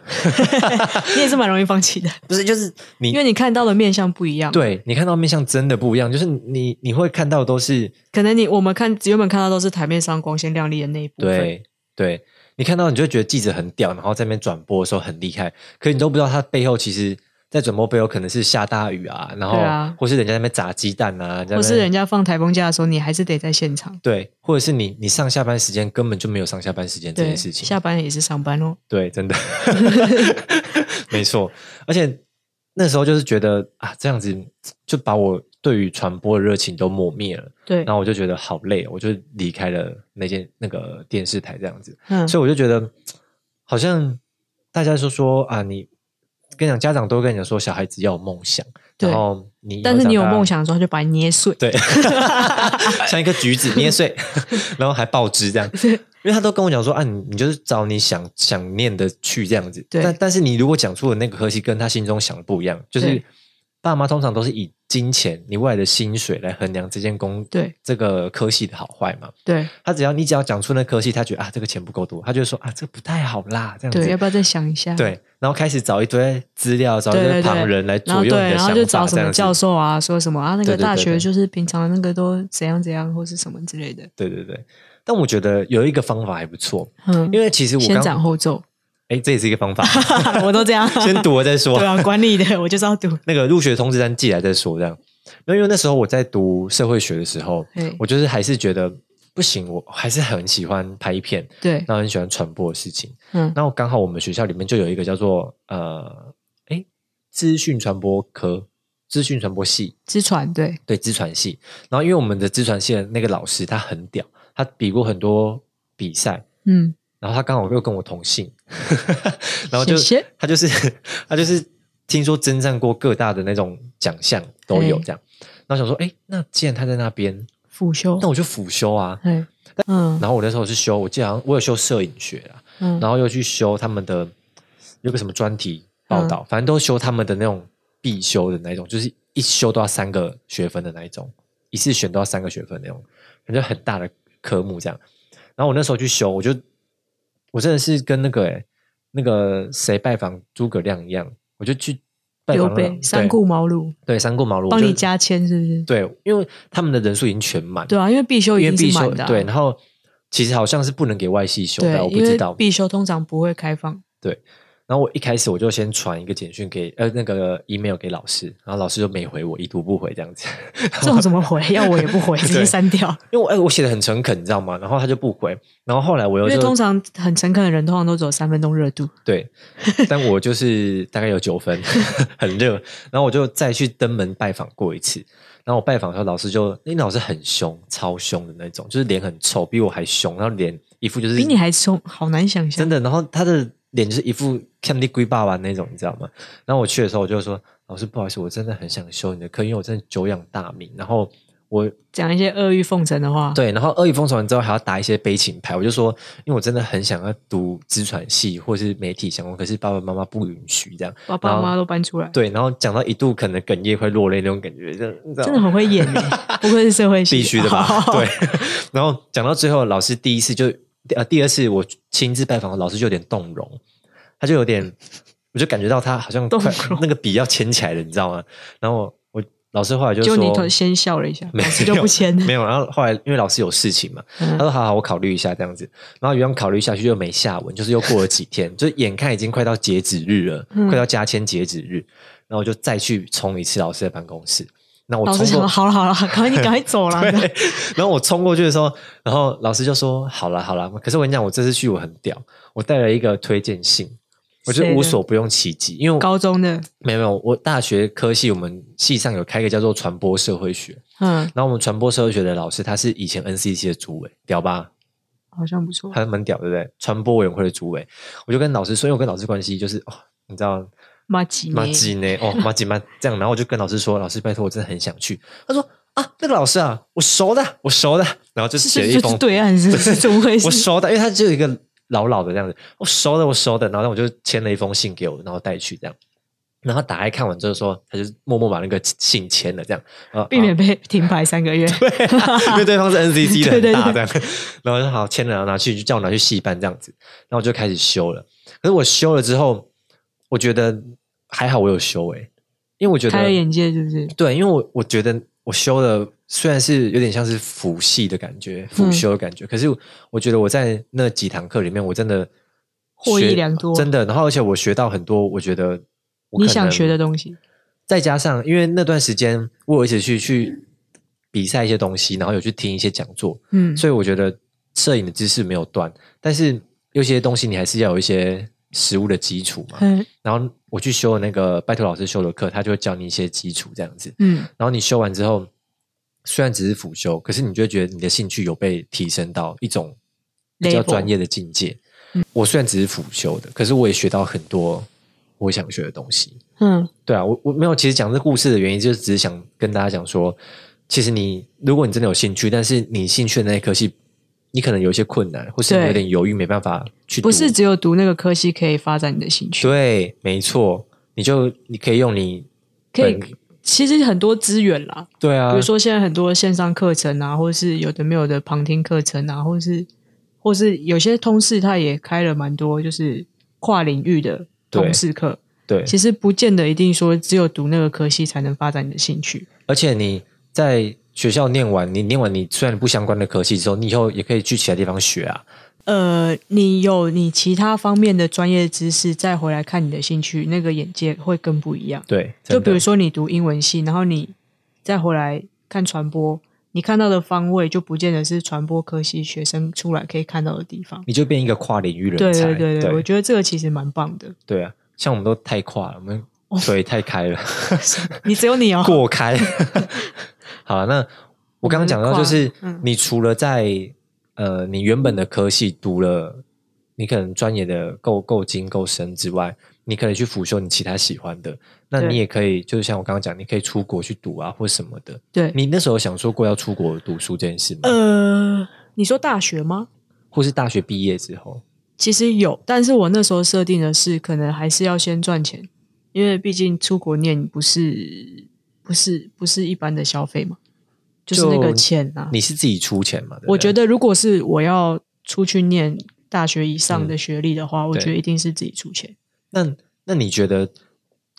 Speaker 1: 你也是蛮容易放弃的。
Speaker 2: 不是就是你
Speaker 1: 因为你看到的面相不一样。，
Speaker 2: 对你看到面相真的不一样，就是你你会看到都是
Speaker 1: 可能你我们看原本看到都是台面上光鲜亮丽的那一部分。，
Speaker 2: 对对，你看到你就会觉得记者很屌，然后在那边转播的时候很厉害，可你都不知道他背后其实，在转播背后可能是下大雨啊，然后、
Speaker 1: 对啊
Speaker 2: 或是人家在那边砸鸡蛋啊，人家
Speaker 1: 或
Speaker 2: 在
Speaker 1: 是
Speaker 2: 那
Speaker 1: 人家放台风假的时候，你还是得在现场。
Speaker 2: 对，或者是你你上下班时间根本就没有上下班时间这
Speaker 1: 对，
Speaker 2: 件事情，
Speaker 1: 下班也是上班哦。
Speaker 2: 对，真的， 没错，而且。那时候就是觉得啊，这样子就把我对于传播的热情都磨灭了，
Speaker 1: 对
Speaker 2: 然，后我就觉得好累哦，我就离开了那间那个电视台这样子。
Speaker 1: 嗯，
Speaker 2: 所以我就觉得，好像大家说说啊，你跟你讲，家长都会跟你讲说，小孩子要有梦想，
Speaker 1: 对
Speaker 2: 然后你以后
Speaker 1: 但是你有
Speaker 2: 长大
Speaker 1: 梦，想的时候，他就把你捏碎。
Speaker 2: 对，像一个橘子捏碎，然后还爆汁这样。因为他都跟我讲说啊，你你就是找你想想念的去这样子。
Speaker 1: 对
Speaker 2: 但但是你如果讲出的那个科系跟他心中想的不一样，就是
Speaker 1: 对
Speaker 2: 爸妈通常都是以金钱、你未来的薪水来衡量这件工
Speaker 1: 对
Speaker 2: 这个科系的好坏嘛。
Speaker 1: 对
Speaker 2: 他只要你只要讲出那科系，他觉得啊这个钱不够多，他就说啊这不太好啦，这样子
Speaker 1: 对，要不要再想一下？
Speaker 2: 对然后开始找一堆资料，找一
Speaker 1: 对
Speaker 2: 堆
Speaker 1: 对对
Speaker 2: 旁人来
Speaker 1: 然后
Speaker 2: 左右
Speaker 1: 对，
Speaker 2: 你的
Speaker 1: 然
Speaker 2: 想
Speaker 1: 后
Speaker 2: 法，
Speaker 1: 就找什
Speaker 2: 这
Speaker 1: 么
Speaker 2: 样子
Speaker 1: 教授啊，说什么啊，那
Speaker 2: 对
Speaker 1: 个
Speaker 2: 对
Speaker 1: 大
Speaker 2: 对
Speaker 1: 学
Speaker 2: 对
Speaker 1: 就是平常那个都怎样怎样，或是什么之类的。
Speaker 2: 对对对。但我觉得有一个方法还不错，
Speaker 1: 嗯
Speaker 2: 因，为其实我
Speaker 1: 先
Speaker 2: 刚
Speaker 1: 斩后 奏，
Speaker 2: 哎，这也是一个 方法，
Speaker 1: 我都这样。
Speaker 2: 先读了再说。
Speaker 1: 对啊，管理的我就是要读。
Speaker 2: 那个入学通知单寄来再说，这样。那因为那时候我在读社会学的时候
Speaker 1: 对，
Speaker 2: 我就是还是觉得不行，我还是很喜欢拍片，
Speaker 1: 对，
Speaker 2: 然后很喜欢传播的事情。
Speaker 1: 嗯，
Speaker 2: 然后刚好我们学校里面就有一个叫做呃，哎，资讯传播科、资讯传播系，
Speaker 1: 之传对，
Speaker 2: 对，资传系。然后因为我们的资传系的那个老师他很屌，他比过很多比赛，
Speaker 1: 嗯，
Speaker 2: 然后他刚好又跟我同姓， 然后就
Speaker 1: 谢谢
Speaker 2: 他就是他就是听说征战过各大的那种奖项都有
Speaker 1: 嘿
Speaker 2: 这样，然后想说，哎，那既然他在那边，
Speaker 1: 辅修
Speaker 2: 那。我就辅修啊。
Speaker 1: 对，嗯
Speaker 2: 然后我那时候是修，我记得好像我有修摄影学啊，
Speaker 1: 嗯，
Speaker 2: 然后又去修他们的有个什么专题报
Speaker 1: 嗯
Speaker 2: 道，反正都修他们的那种必修的那一种，就是一修都要三个学分的那一种，一次选都要三个学分那种，反正很大的科目这样。然后我那时候去修，我就我真的是跟那个、欸、那个谁拜访诸葛亮一样，我就去拜
Speaker 1: 刘
Speaker 2: 访那个
Speaker 1: 备三顾茅庐，
Speaker 2: 对对三顾茅庐，
Speaker 1: 帮
Speaker 2: 我就
Speaker 1: 你加签是不是？
Speaker 2: 对，因为他们的人数已经全满，
Speaker 1: 对啊，因为必修
Speaker 2: 因为
Speaker 1: 一定
Speaker 2: 必
Speaker 1: 是
Speaker 2: 修
Speaker 1: 满的啊、
Speaker 2: 对，然后其实好像是不能给外系修的，我不
Speaker 1: 因
Speaker 2: 知
Speaker 1: 为
Speaker 2: 道。
Speaker 1: 必修通常不会开放。
Speaker 2: 对，然后我一开始我就先传一个简讯给呃那个 email 给老师，然后老师就没回我，已读不回这样子。
Speaker 1: 这种怎么回？要我也不回，直接
Speaker 2: 对
Speaker 1: 删掉。
Speaker 2: 因为我哎、我写的很诚恳，你知道吗？然后他就不回，然后后 来我又
Speaker 1: 因为
Speaker 2: 就
Speaker 1: 通常很诚恳的人，通常都只有三分钟热度。
Speaker 2: 对，但我就是大概有九分， 很热。然后我就再去登门拜访过一次。然后我拜访的时候，老师就那老师很凶，超凶的那种，就是脸很臭，比我还凶，然后脸一副就是
Speaker 1: 比你还凶，好难想象
Speaker 2: 真。的。然后他的脸就是一副看你龟爸爸那种，你知道吗？然后我去的时候，我就说老师，不好意思，我真的很想修你的课，因为我真的久仰大名。然后我
Speaker 1: 讲一些阿谀奉承的话，
Speaker 2: 对，然后恶意封完之后还要打一些悲情牌，我就说，因为我真的很想要读资传系或是媒体相关，可是爸爸妈妈不允许这样。
Speaker 1: 把爸
Speaker 2: 然后
Speaker 1: 妈都搬出来，
Speaker 2: 对，然后讲到一度可能哽咽会落泪那种感觉，就你知道
Speaker 1: 真的
Speaker 2: 吗
Speaker 1: 很会演欸， 不愧是社会系
Speaker 2: 啊必须的吧？
Speaker 1: 好
Speaker 2: 对。然后讲到最后，老师第一次就呃第二次我亲自拜访，老师就有点动容，他就 有点，我就感觉到他好像快
Speaker 1: 动容
Speaker 2: 那个笔要牵起来了，你知道吗？然后我老师后来就
Speaker 1: 就
Speaker 2: 说，
Speaker 1: 你头先笑了一下，老师就不签了
Speaker 2: 没。有，然后后来因为老师有事情嘛，
Speaker 1: 嗯
Speaker 2: 他说好好，我考虑一下这样子，然后一样考虑下去就没下文，就是又过了几天，就是眼看已经快到截止日了，
Speaker 1: 嗯
Speaker 2: 快到加签截止日，然后我就再去冲一次老师的办公室。那我
Speaker 1: 老师
Speaker 2: 冲
Speaker 1: 想说，
Speaker 2: 过
Speaker 1: 好了好了，赶快你赶快走 了。
Speaker 2: 对，然后我冲过去的时候，然后老师就说好了好了，可是我跟你讲，我这次去我很屌，我带了一个推荐信，我觉
Speaker 1: 谁
Speaker 2: 得
Speaker 1: 的
Speaker 2: 无所不用其极，因为我
Speaker 1: 高中的，
Speaker 2: 没有没有，我大学科系我们系上有开一个叫做传播社会学，
Speaker 1: 嗯，
Speaker 2: 然后我们传播社会学的老师，他是以前 NCC 的主委，屌吧？
Speaker 1: 好像不错。
Speaker 2: 他蛮屌，对不对？传播委员会的主委，我就跟老师说，因为我跟老师关系就是哦，你知道
Speaker 1: 马吉
Speaker 2: 马
Speaker 1: 尼，
Speaker 2: 吉 呢？哦，马吉马这样，然后我就跟老师说，老师拜托，我真的很想去。他说啊，那个老师啊，我熟的，我熟的，然后就写了
Speaker 1: 是
Speaker 2: 一
Speaker 1: 就
Speaker 2: 封
Speaker 1: 是对啊岸是不是？怎么回 事？
Speaker 2: 我熟的，因为他只有一个老老的这样子，我熟的，我熟的，然后我就签了一封信给我，然后带去这样。然后打开看完之后说，他就默默把那个信签了，这样，啊
Speaker 1: 避免被停牌三个月。
Speaker 2: 因 为对方是 NCC 的
Speaker 1: 对对
Speaker 2: 很大
Speaker 1: 对
Speaker 2: 这样，然后我就好签了，然后拿去就叫我拿去戏班这样子，然后我就开始修了。可是我修了之后，我觉得还好，我有修诶、因为我觉
Speaker 1: 开了
Speaker 2: 得
Speaker 1: 眼界，是不是？
Speaker 2: 对，因为我我觉得我修了虽然是有点像是辅系的感觉，
Speaker 1: 嗯
Speaker 2: 辅修的感觉，可是我觉得我在那几堂课里面，我真的
Speaker 1: 获益
Speaker 2: 学
Speaker 1: 良多
Speaker 2: 真的。然后而且我学到很多，我觉得我可
Speaker 1: 你想
Speaker 2: 能
Speaker 1: 学的东西，
Speaker 2: 再加上因为那段时间我有一起去去比赛一些东西，然后有去听一些讲座，
Speaker 1: 嗯，
Speaker 2: 所以我觉得摄影的知识没有断，但是有些东西你还是要有一些实物的基础嘛。
Speaker 1: 嗯
Speaker 2: 然后我去修那个拜托老师修的课，他就会教你一些基础这样子。
Speaker 1: 嗯，
Speaker 2: 然后你修完之后，虽然只是辅修，可是你就会觉得你的兴趣有被提升到一种比较
Speaker 1: Level 嗯
Speaker 2: 专业的境界。我虽然只是辅修的，可是我也学到很多我想学的东西。
Speaker 1: 嗯，
Speaker 2: 对啊，我我没有，其实讲这故事的原因，就是只是想跟大家讲说，其实你如果你真的有兴趣，但是你兴趣的那一科系，你可能有一些困难，或是你
Speaker 1: 对
Speaker 2: 有点犹豫，没办法去读。
Speaker 1: 不是只有读那个科系可以发展你的兴趣，
Speaker 2: 对，没错，你就你可以用你
Speaker 1: 可以
Speaker 2: 本
Speaker 1: 其实很多资源啦，
Speaker 2: 对啊，
Speaker 1: 比如说现在很多线上课程啊，或是有的没有的旁听课程啊，或是或是有些通识它也开了蛮多就是跨领域的通识课，
Speaker 2: 对，
Speaker 1: 其实不见得一定说只有读那个科系才能发展你的兴趣，
Speaker 2: 而且你在学校念完，你念完你虽然不相关的科系之后，你以后也可以去其他地方学啊。
Speaker 1: 呃，你有你其他方面的专业知识，再回来看你的兴趣，那个眼界会更不一样。
Speaker 2: 对，
Speaker 1: 就比如
Speaker 2: 说，
Speaker 1: 说你读英文系，然后你再回来看传播，你看到的方位就不见得是传播科系学生出来可以看到的地方。
Speaker 2: 你就变一个跨领域
Speaker 1: 对
Speaker 2: 人才。
Speaker 1: 对对对，我
Speaker 2: 对
Speaker 1: 觉得这个其实蛮棒 的。
Speaker 2: 对啊，像我们都太跨了，我们腿太开了。
Speaker 1: 你只有你哦，
Speaker 2: 过开。好，那我刚刚讲到，就是
Speaker 1: 我们跨嗯
Speaker 2: 你除了在呃你原本的科系读了，你可能专业的够够精够深之外，你可以去辅修你其他喜欢的。那
Speaker 1: 对
Speaker 2: 你也可以，就是像我刚刚讲，你可以出国去读啊，或什么的。
Speaker 1: 对，
Speaker 2: 你那时候有想说过要出国读书这件事吗？
Speaker 1: 呃，你说大学吗？
Speaker 2: 或是大学毕业之后？
Speaker 1: 其实有，但是我那时候设定的是，可能还是要先赚钱，因为毕竟出国念不是不是不是一般的消费嘛，就是那个钱啊。
Speaker 2: 你是自己出钱嘛？对不
Speaker 1: 我
Speaker 2: 对
Speaker 1: 觉得如果是我要出去念大学以上的学历的话，我
Speaker 2: 嗯对
Speaker 1: 觉得一定是自己出钱。
Speaker 2: 那那你觉得，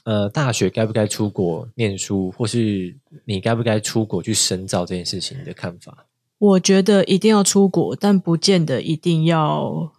Speaker 2: 呃，大学该不该出国念书，或是你该不该出国去深造这件事情，你的看法？
Speaker 1: 我觉得一定要出国，但不见得一定要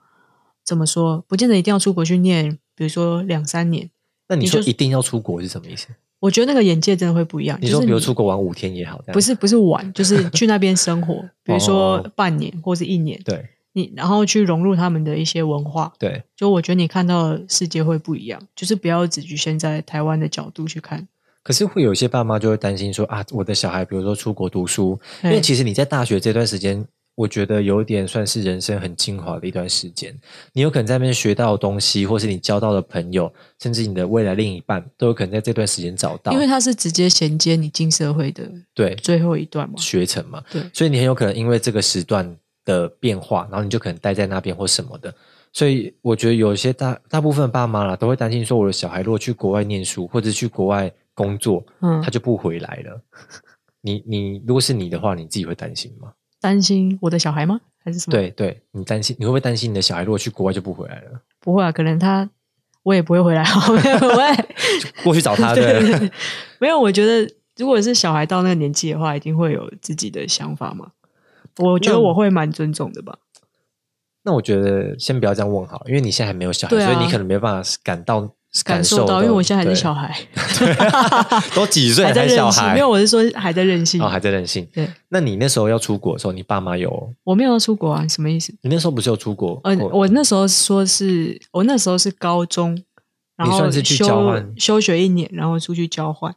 Speaker 1: 怎么说，不见得一定要出国去念比如说两三年，
Speaker 2: 那你
Speaker 1: 你
Speaker 2: 说
Speaker 1: 就
Speaker 2: 一定要出国是什么意思？
Speaker 1: 我觉得那个眼界真的会不一样。
Speaker 2: 你
Speaker 1: 就
Speaker 2: 说
Speaker 1: 是
Speaker 2: 比如出国玩五天也好，这样
Speaker 1: 不是不是玩，就是去那边生 活，比如说
Speaker 2: 哦
Speaker 1: 半年或是一年，
Speaker 2: 对
Speaker 1: 你然后去融入他们的一些文化，
Speaker 2: 对，
Speaker 1: 就我觉得你看到的世界会不一样，就是不要只局限在台湾的角度去看。
Speaker 2: 可是会有一些爸妈就会担心说啊，我的小孩比如说出国读书，因为
Speaker 1: 嘿
Speaker 2: 其实你在大学这段时间，我觉得有点算是人生很精华的一段时间。你有可能在那边学到的东西，或是你交到的朋友，甚至你的未来另一半，都有可能在这段时间找到
Speaker 1: 因。为它是直接衔接你进社会的
Speaker 2: 对，
Speaker 1: 最后一段嘛。
Speaker 2: 学程嘛，
Speaker 1: 对
Speaker 2: 所以你很有可能因为这个时段的变化，然后你就可能待在那边或什么的。所以我觉得有一些大大部分爸妈啦都会担心说，我的小孩如果去国外念书或者去国外工作，
Speaker 1: 嗯
Speaker 2: 他，就不回来了。你你如果是你的话，你自己会担心吗？
Speaker 1: 担心我的小孩吗？还是什么？，
Speaker 2: 对对，你担心你会不会担心你的小孩如果去国外就不回来了，
Speaker 1: 不会啊，可能他我也不会回来，我也 不会。
Speaker 2: 就过去找哦 他对
Speaker 1: 对，没有，我觉得如果是小孩到那个年纪的话，一定会有自己的想法嘛。我觉得
Speaker 2: 那
Speaker 1: 我会蛮尊重的吧。
Speaker 2: 那我觉得先不要这样问好，因为你现在还没有小孩，
Speaker 1: 对啊
Speaker 2: 所以你可能没办法感到
Speaker 1: 感受
Speaker 2: 受
Speaker 1: 到，因为我现在还是
Speaker 2: 对
Speaker 1: 小 孩，
Speaker 2: 都几岁
Speaker 1: 还在
Speaker 2: 还
Speaker 1: 任
Speaker 2: 小
Speaker 1: 性。
Speaker 2: 孩
Speaker 1: 没有，我是说还在任性
Speaker 2: 哦，。还在任性。
Speaker 1: 对，
Speaker 2: 那你那时候要出国的时候，你爸妈有？
Speaker 1: 我没有要出国啊，什么意思？
Speaker 2: 你那时候不是有出国？
Speaker 1: 嗯，
Speaker 2: 过
Speaker 1: 我那时候说是我那时候是高中，然后
Speaker 2: 算是去
Speaker 1: 休
Speaker 2: 交换
Speaker 1: 休学一年，然后出去交换，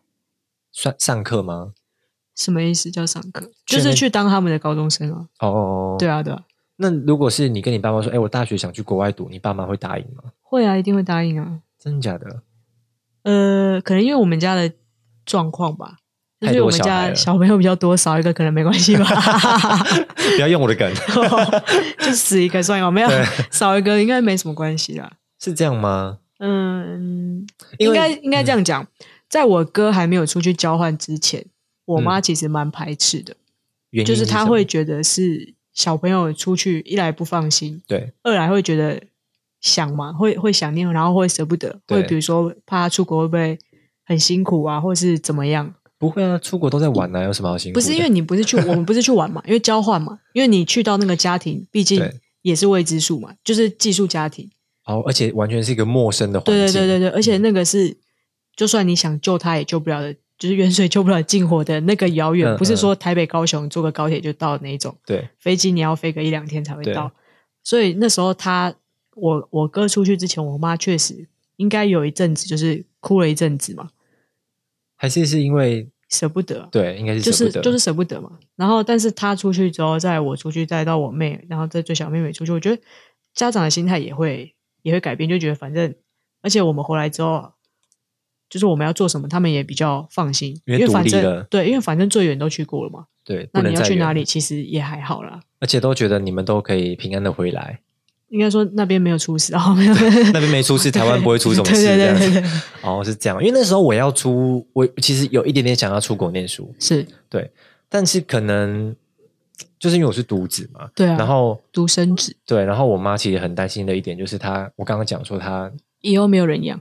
Speaker 2: 算上课吗？
Speaker 1: 什么意思？叫上课，就
Speaker 2: 去那
Speaker 1: 是
Speaker 2: 边
Speaker 1: 去当他们的高中生啊。
Speaker 2: 哦哦哦，
Speaker 1: 对。啊，对啊，
Speaker 2: 那如果是你跟你爸妈说，哎，我大学想去国外读，你爸妈会答应吗？
Speaker 1: 会啊，一定会答应啊。
Speaker 2: 真的假的？
Speaker 1: 呃，可能因为我们家的状况吧，就
Speaker 2: 太
Speaker 1: 是
Speaker 2: 多
Speaker 1: 我们
Speaker 2: 小孩
Speaker 1: 家
Speaker 2: 了
Speaker 1: 小朋友比较多，少一个可能没关系吧，
Speaker 2: 不要用我的梗，
Speaker 1: 就死一个算了，没有
Speaker 2: 对
Speaker 1: 少一个应该没什么关系啦。
Speaker 2: 是这样吗？
Speaker 1: 嗯，
Speaker 2: 因
Speaker 1: 应
Speaker 2: 为
Speaker 1: 该应该这样讲，在我哥还没有出去交换之前，我妈其实蛮排斥的，
Speaker 2: 嗯原因
Speaker 1: 就是
Speaker 2: 什
Speaker 1: 她
Speaker 2: 么
Speaker 1: 会觉得是小朋友出去，一来不放心，
Speaker 2: 对
Speaker 1: 二来会觉得想嘛，会会想念，然后会舍不得，会
Speaker 2: 对
Speaker 1: 比如说怕他出国会不会很辛苦啊，或是怎么样？
Speaker 2: 不会啊，出国都在玩啊，有什么好辛苦
Speaker 1: 不
Speaker 2: 的？
Speaker 1: 是因为你不是去，我们不是去玩嘛，因为交换嘛，因为你去到那个家庭，毕竟
Speaker 2: 对
Speaker 1: 也是未知数嘛，就是寄宿家庭。
Speaker 2: 哦，而且完全是一个陌生的环
Speaker 1: 对
Speaker 2: 境，
Speaker 1: 对对对对，而且那个是，就算你想救他也救不了的，就是远水救不了近火的那个遥远，
Speaker 2: 嗯
Speaker 1: 不是
Speaker 2: 嗯
Speaker 1: 说台北高雄坐个高铁就到的那一种，
Speaker 2: 对
Speaker 1: 飞机你要飞个一两天才会
Speaker 2: 对
Speaker 1: 到。所以那时候他，我我哥出去之前，我妈确实应该有一阵子就是哭了一阵子嘛，
Speaker 2: 还是是因为
Speaker 1: 舍不得啊，
Speaker 2: 对，应该是
Speaker 1: 就
Speaker 2: 舍
Speaker 1: 是
Speaker 2: 不得
Speaker 1: 就是舍不得嘛。然后，但是他出去之后，再我出去，再到我妹，然后再最小妹妹出去，我觉得家长的心态也会也会改变，就觉得反正，而且我们回来之后，就是我们要做什么，他们也比较放心，因
Speaker 2: 因为
Speaker 1: 为
Speaker 2: 独
Speaker 1: 反
Speaker 2: 立
Speaker 1: 正
Speaker 2: 了
Speaker 1: 对，因为反正最远都去过了嘛，
Speaker 2: 对，不
Speaker 1: 那
Speaker 2: 能
Speaker 1: 你要
Speaker 2: 再
Speaker 1: 去
Speaker 2: 远
Speaker 1: 哪里，其实也还好啦。
Speaker 2: 而且都觉得你们都可以平安的 回来，
Speaker 1: 应该说那边没有出事，然后 没有
Speaker 2: 那边没出事，台湾不会出什 么事，
Speaker 1: 对
Speaker 2: 这
Speaker 1: 对
Speaker 2: 样
Speaker 1: 对
Speaker 2: 子
Speaker 1: 对对，
Speaker 2: 哦，是这样，因为那时候我要出，我其实有一点点想要出国念书，
Speaker 1: 是
Speaker 2: 但是可能就是因为我是独子嘛，
Speaker 1: 对啊。
Speaker 2: 然后
Speaker 1: 独生子
Speaker 2: 对，然后我妈其实很担心的一点就是她，我刚刚讲说她
Speaker 1: 以后没有人养，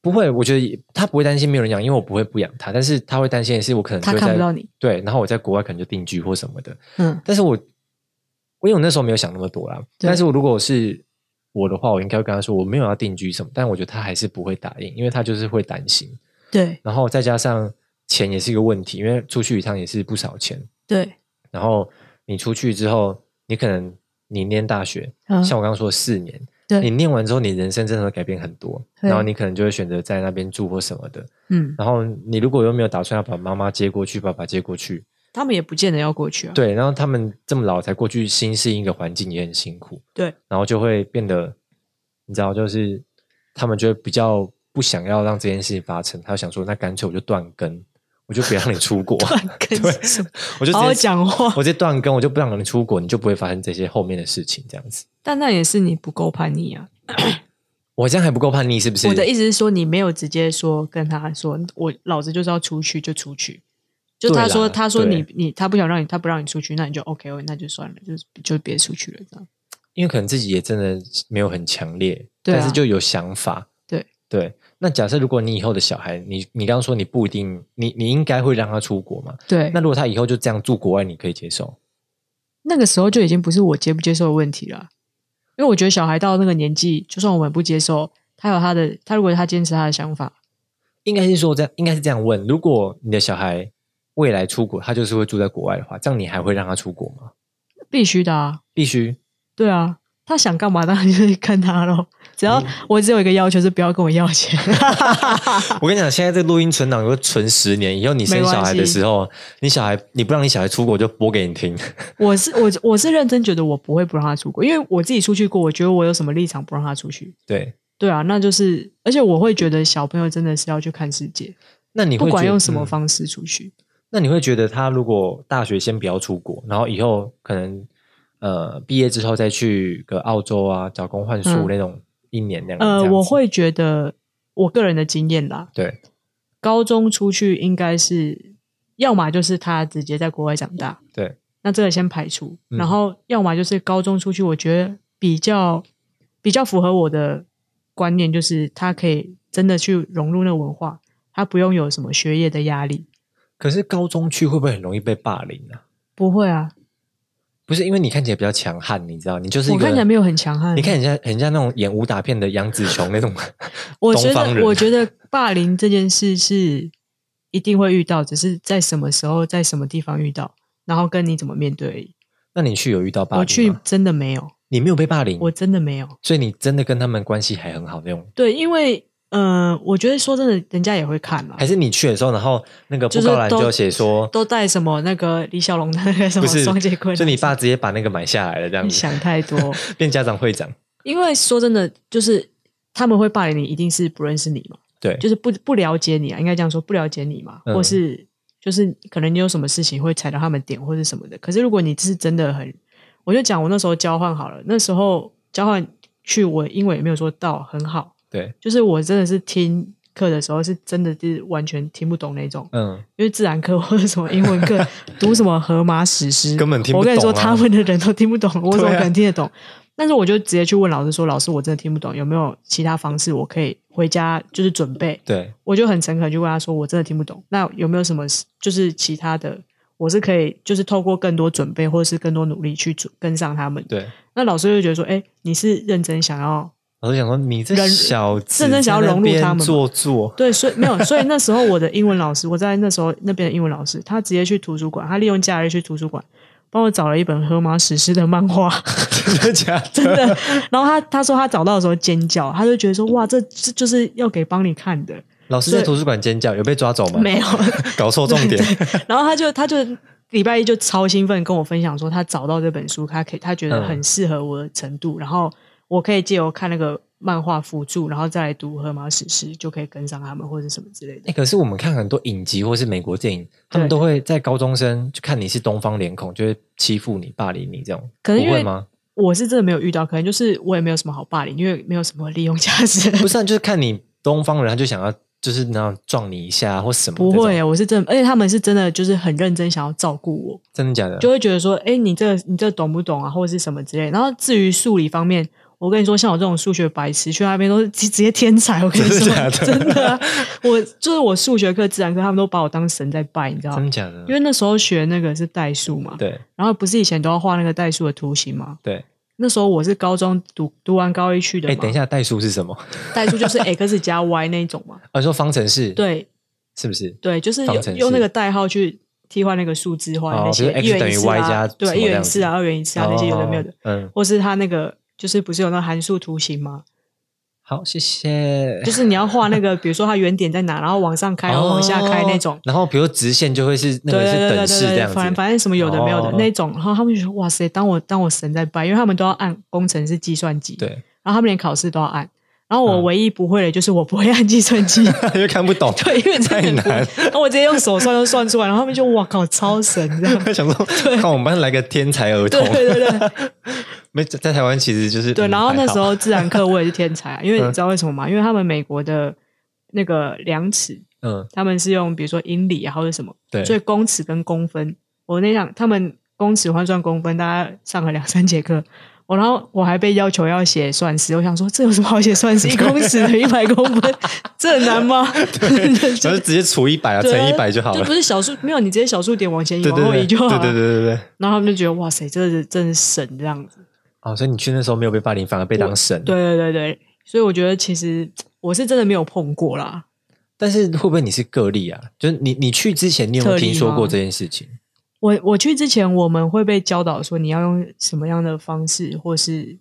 Speaker 2: 不会，我觉得也她不会担心没有人养，因为我不会不养她，但是她会担心的是我可能
Speaker 1: 他
Speaker 2: 就
Speaker 1: 看
Speaker 2: 在
Speaker 1: 不到你。
Speaker 2: 对，然后我在国外可能就定居或什么的，
Speaker 1: 嗯，
Speaker 2: 但是我因为我那时候没有想那么多啦，
Speaker 1: 对
Speaker 2: 但是我如果是我的话，我应该会跟她说我没有要定居什么，但我觉得她还是不会答应，因为她就是会担心，
Speaker 1: 对
Speaker 2: 然后再加上钱也是一个问题，因为出去一趟也是不少钱。
Speaker 1: 对，
Speaker 2: 然后你出去之后，你可能你念大学，
Speaker 1: 嗯，
Speaker 2: 像我刚刚说的四年，
Speaker 1: 对
Speaker 2: 你念完之后，你人生真的会改变很多。
Speaker 1: 对
Speaker 2: 然后你可能就会选择在那边住或什么的。
Speaker 1: 嗯，
Speaker 2: 然后你如果又没有打算要把妈妈接过去，爸爸接过去，
Speaker 1: 他们也不见得要过去啊。
Speaker 2: 对，然后他们这么老才过去，新适应一个环境也很辛苦。
Speaker 1: 对，
Speaker 2: 然后就会变得，你知道，就是他们就会比较不想要让这件事情发生，他想说，那干脆我就断根，我就不让你出国，
Speaker 1: 跟
Speaker 2: 对
Speaker 1: 什么
Speaker 2: 我就直接
Speaker 1: 好好讲话
Speaker 2: 我直接断根，我就不想让你出国，你就不会发生这些后面的事情，这样子。
Speaker 1: 但那也是你不够叛逆啊。
Speaker 2: 我这样还不够叛逆是不是？
Speaker 1: 我的意思是说，你没有直接说跟他说，我老子就是要出去就出去。就他
Speaker 2: 对
Speaker 1: 说，
Speaker 2: 啦
Speaker 1: 他说你
Speaker 2: 对
Speaker 1: 你他不想让你，他不让你出去，那你就 OK，那就算了，就就别出去了这样。
Speaker 2: 因为可能自己也真的没有很强烈，
Speaker 1: 对啊
Speaker 2: 但是就有想法。
Speaker 1: 对
Speaker 2: 对，那假设如果你以后的小孩，你你刚刚说你不一定，你你应该会让他出国嘛？
Speaker 1: 对，
Speaker 2: 那
Speaker 1: 那
Speaker 2: 如果他以后就这样住国外，你可以接受？
Speaker 1: 那个时候就已经不是我接不接受的问题了，因为我觉得小孩到那个年纪，就算我们不接受，他有他的，他如果他坚持他的想法，
Speaker 2: 应该是说这样，应该是这样问：如果你的小孩未来出国，他就是会住在国外的话，这样你还会让他出国吗？
Speaker 1: 必须的啊，
Speaker 2: 必须，
Speaker 1: 对啊，他想干嘛当然就是看他咯。只要我只有一个要求是不要跟我要钱，
Speaker 2: 我跟你讲，现在这录音存档都存十年，以后你生小孩的时候，你小孩你不让你小孩出国，我就播给你听。
Speaker 1: 我是我我是认真觉得我不会不让他出国，因为我自己出去过，我觉得我有什么立场不让他出去？
Speaker 2: 对，
Speaker 1: 对啊，那就是，而且我会觉得小朋友真的是要去看世界，
Speaker 2: 那你会
Speaker 1: 不管
Speaker 2: 觉得
Speaker 1: 用什么、
Speaker 2: 嗯
Speaker 1: 方式出去，
Speaker 2: 那你会觉得他如果大学先不要出国，然后以后可能呃毕业之后再去个澳洲啊，找工换
Speaker 1: 嗯
Speaker 2: 宿那种一年两年这样
Speaker 1: 呃，
Speaker 2: 子、
Speaker 1: 我会觉得我个人的经验啦，
Speaker 2: 对
Speaker 1: 高中出去应该是，要么就是他直接在国外长大，
Speaker 2: 对，
Speaker 1: 那这个先排除，
Speaker 2: 嗯
Speaker 1: 然后要么就是高中出去，我觉得比较比较符合我的观念，就是他可以真的去融入那个文化，他不用有什么学业的压力，
Speaker 2: 可是高中去会不会很容易被霸凌啊？
Speaker 1: 不会啊，
Speaker 2: 不是因为你看起来比较强悍，你知道，你就是一
Speaker 1: 我
Speaker 2: 个
Speaker 1: 看起来没有很强悍
Speaker 2: 你，看人家人家那种演武打片的杨紫琼那种
Speaker 1: 我
Speaker 2: 东
Speaker 1: 觉
Speaker 2: 方
Speaker 1: 得
Speaker 2: 人
Speaker 1: 我觉得霸凌这件事是一定会遇到，只是在什么时候，在什么地方遇到，然后跟你怎么面对而已。
Speaker 2: 那你去有遇到霸凌吗？
Speaker 1: 我去真的没有，
Speaker 2: 你没有被霸凌，
Speaker 1: 我真的没有。
Speaker 2: 所以你真的跟他们关系还很好那种。
Speaker 1: 对，因为呃，我觉得说真的，人家也会看啦
Speaker 2: 还，是你去的时候，然后那个布
Speaker 1: 就是
Speaker 2: 告栏
Speaker 1: 都
Speaker 2: 就写说，
Speaker 1: 都带什么那个李小龙的那个什么
Speaker 2: 不是
Speaker 1: 双截棍啊，
Speaker 2: 就你爸直接把那个买下来了，这样
Speaker 1: 你
Speaker 2: 子
Speaker 1: 想太多。
Speaker 2: 变家长会长。
Speaker 1: 因为说真的，就是他们会霸凌你，一定是不认识你嘛，
Speaker 2: 对，
Speaker 1: 就是不不了解你啊，应该这样说，不了解你嘛，
Speaker 2: 嗯
Speaker 1: 或是就是可能你有什么事情会踩到他们点或是什么的。可是如果你是真的很，我就讲我那时候交换好了，那时候交换去我英文也没有说到很好，
Speaker 2: 对，
Speaker 1: 就是我真的是听课的时候是真的是完全听不懂那种。
Speaker 2: 嗯，
Speaker 1: 因为自然课或者什么英文 课读什么荷马史诗，
Speaker 2: 根本听不
Speaker 1: 我跟你说，
Speaker 2: 懂啊
Speaker 1: 他们的人都听不懂，我怎么
Speaker 2: 对啊
Speaker 1: 可能听得懂？但是我就直接去问老师说：“老师，我真的听不懂，有没有其他方式我可以回家就是准备
Speaker 2: 对，？”
Speaker 1: 我就很诚恳去问他说：“我真的听不懂，那有没有什么就是其他的？我是可以就是透过更多准备或者是更多努力去准跟上他们。”
Speaker 2: 对。
Speaker 1: 那老师就觉得说：“哎，你是认真想要
Speaker 2: 老师想说，你这
Speaker 1: 人
Speaker 2: 小子
Speaker 1: 真的想要融入
Speaker 2: 在那边
Speaker 1: 他们吗
Speaker 2: 做作，
Speaker 1: 对，所以没有，所以那时候我的英文老师，我在那时候那边的英文老师，他直接去图书馆，他利用假日去图书馆，帮我找了一本《荷马史诗》的漫画，
Speaker 2: 真的假的？
Speaker 1: 真的。然后他他说他找到的时候尖叫，他就觉得说哇，这这就是要给帮你看的，
Speaker 2: 老师在图书馆尖叫，有被抓走吗？
Speaker 1: 没有。
Speaker 2: 搞错重点。
Speaker 1: 然后他就他就礼拜一就超兴奋跟我分享说，他找到这本书，他可以他觉得
Speaker 2: 嗯
Speaker 1: 很适合我的程度，然后我可以借由看那个漫画辅助，然后再来读《荷马史诗》，就可以跟上他们或者什么之类的。
Speaker 2: 欸可是我们看很多影集或是美国电影，他们
Speaker 1: 对
Speaker 2: 都会在高中生就看你是东方脸孔，就会欺负你、霸凌你这种，
Speaker 1: 可能因
Speaker 2: 不
Speaker 1: 为
Speaker 2: 会吗？
Speaker 1: 我是真的没有遇到，可能就是我也没有什么好霸凌，因为没有什么利用价值。
Speaker 2: 不是、啊，就是看你东方人，他就想要就是那样撞你一下或什么。
Speaker 1: 不会，，啊欸我是真的，而且他们是真的就是很认真想要照顾我，
Speaker 2: 真的假的？
Speaker 1: 就会觉得说，哎，你这你这懂不懂啊，或者是什么之类。然后至于数理方面，我跟你说，像我这种数学白痴去那边都是直直接天才，我跟你
Speaker 2: 真的
Speaker 1: 说，
Speaker 2: 假的
Speaker 1: 真的啊我就是我数学课、自然课，他们都把我当神在拜，你知道
Speaker 2: 真
Speaker 1: 吗？
Speaker 2: 的假的
Speaker 1: 因？为那时候学那个是代数嘛，
Speaker 2: 对
Speaker 1: 然后不是以前都要画那个代数的图形吗？
Speaker 2: 对，
Speaker 1: 那时候我是高中读读完高一去的
Speaker 2: 哎、
Speaker 1: 嘛，
Speaker 2: 等一下，代数是什么？
Speaker 1: 代数就是 x 加 y 那一种嘛。
Speaker 2: 啊，你说方程式，，
Speaker 1: 对
Speaker 2: 是不是？
Speaker 1: 对，就是有
Speaker 2: 方程式
Speaker 1: 用那个代号去替换那个数字化的那
Speaker 2: 哦
Speaker 1: 些
Speaker 2: 比如
Speaker 1: 一元一
Speaker 2: x
Speaker 1: 次
Speaker 2: 等于 y
Speaker 1: 啊，
Speaker 2: 加什
Speaker 1: 对，
Speaker 2: 么
Speaker 1: 一元一
Speaker 2: 样
Speaker 1: 次啊，二元一次啊那些有的没有的
Speaker 2: 哦，嗯，
Speaker 1: 或是它那个就是不是有那个函数图形吗？
Speaker 2: 好，谢 谢。
Speaker 1: 就是你要画那个，比如说它原点在哪，然后往上开，然后往下开那种
Speaker 2: 哦。然后比如直线就会是 那
Speaker 1: 对对
Speaker 2: 个是
Speaker 1: 对对
Speaker 2: 等式
Speaker 1: 对
Speaker 2: 这
Speaker 1: 对，
Speaker 2: 样子，
Speaker 1: 反正反正什么有的没有的
Speaker 2: 哦
Speaker 1: 那种，然后他们就说哇塞，当我当我神在拜，因为他们都要按工程师计算机，
Speaker 2: 对，
Speaker 1: 然后他们连考试都要按，然后我
Speaker 2: 嗯
Speaker 1: 唯一不会的就是我不会按计算机，
Speaker 2: 又看不懂，
Speaker 1: 对，因为真的
Speaker 2: 太
Speaker 1: 很
Speaker 2: 难。
Speaker 1: 贵然后我直接用手算都算出来，然后他们就哇靠，超神这 样。
Speaker 2: 想说，看我们班来个天才儿童
Speaker 1: 对，对对对
Speaker 2: 没在在台湾其实就是
Speaker 1: 对，
Speaker 2: 嗯
Speaker 1: 然后
Speaker 2: 还
Speaker 1: 那时
Speaker 2: 好嗯
Speaker 1: 候自然课我也是天才啊，因为你知道为什么吗？因为他们美国的那个量尺，
Speaker 2: 嗯
Speaker 1: 他们是用比如说英里啊或者什么，
Speaker 2: 对，
Speaker 1: 所以公尺跟公分，我那讲他们公尺换算公分，大概上了两三节课，我然后我还被要求要写算式，我想说这有什么好写算式？一公尺等于一百公 分，这很难吗？
Speaker 2: 然后直接除一百啊，乘
Speaker 1: 对啊
Speaker 2: 一百就好
Speaker 1: 就
Speaker 2: 了
Speaker 1: 不。是小数，没有你直接小数点往前移、
Speaker 2: 对
Speaker 1: 往
Speaker 2: 对
Speaker 1: 后移
Speaker 2: 对，
Speaker 1: 就好
Speaker 2: 对
Speaker 1: 了。
Speaker 2: 对对对对。
Speaker 1: 然后他们就觉得哇塞，这是真是神这样子。
Speaker 2: 哦，所以你去那时候没有被霸凌，反而被当神。
Speaker 1: 对对对对，所以我觉得其实我是真的没有碰过啦。
Speaker 2: 但是会不会你是个例啊？就是你你去之前，你有没有
Speaker 1: 特例
Speaker 2: 听说
Speaker 1: 吗
Speaker 2: 过这件事情？
Speaker 1: 我我去之前，我们会被教导说你要用什么样的方式，或是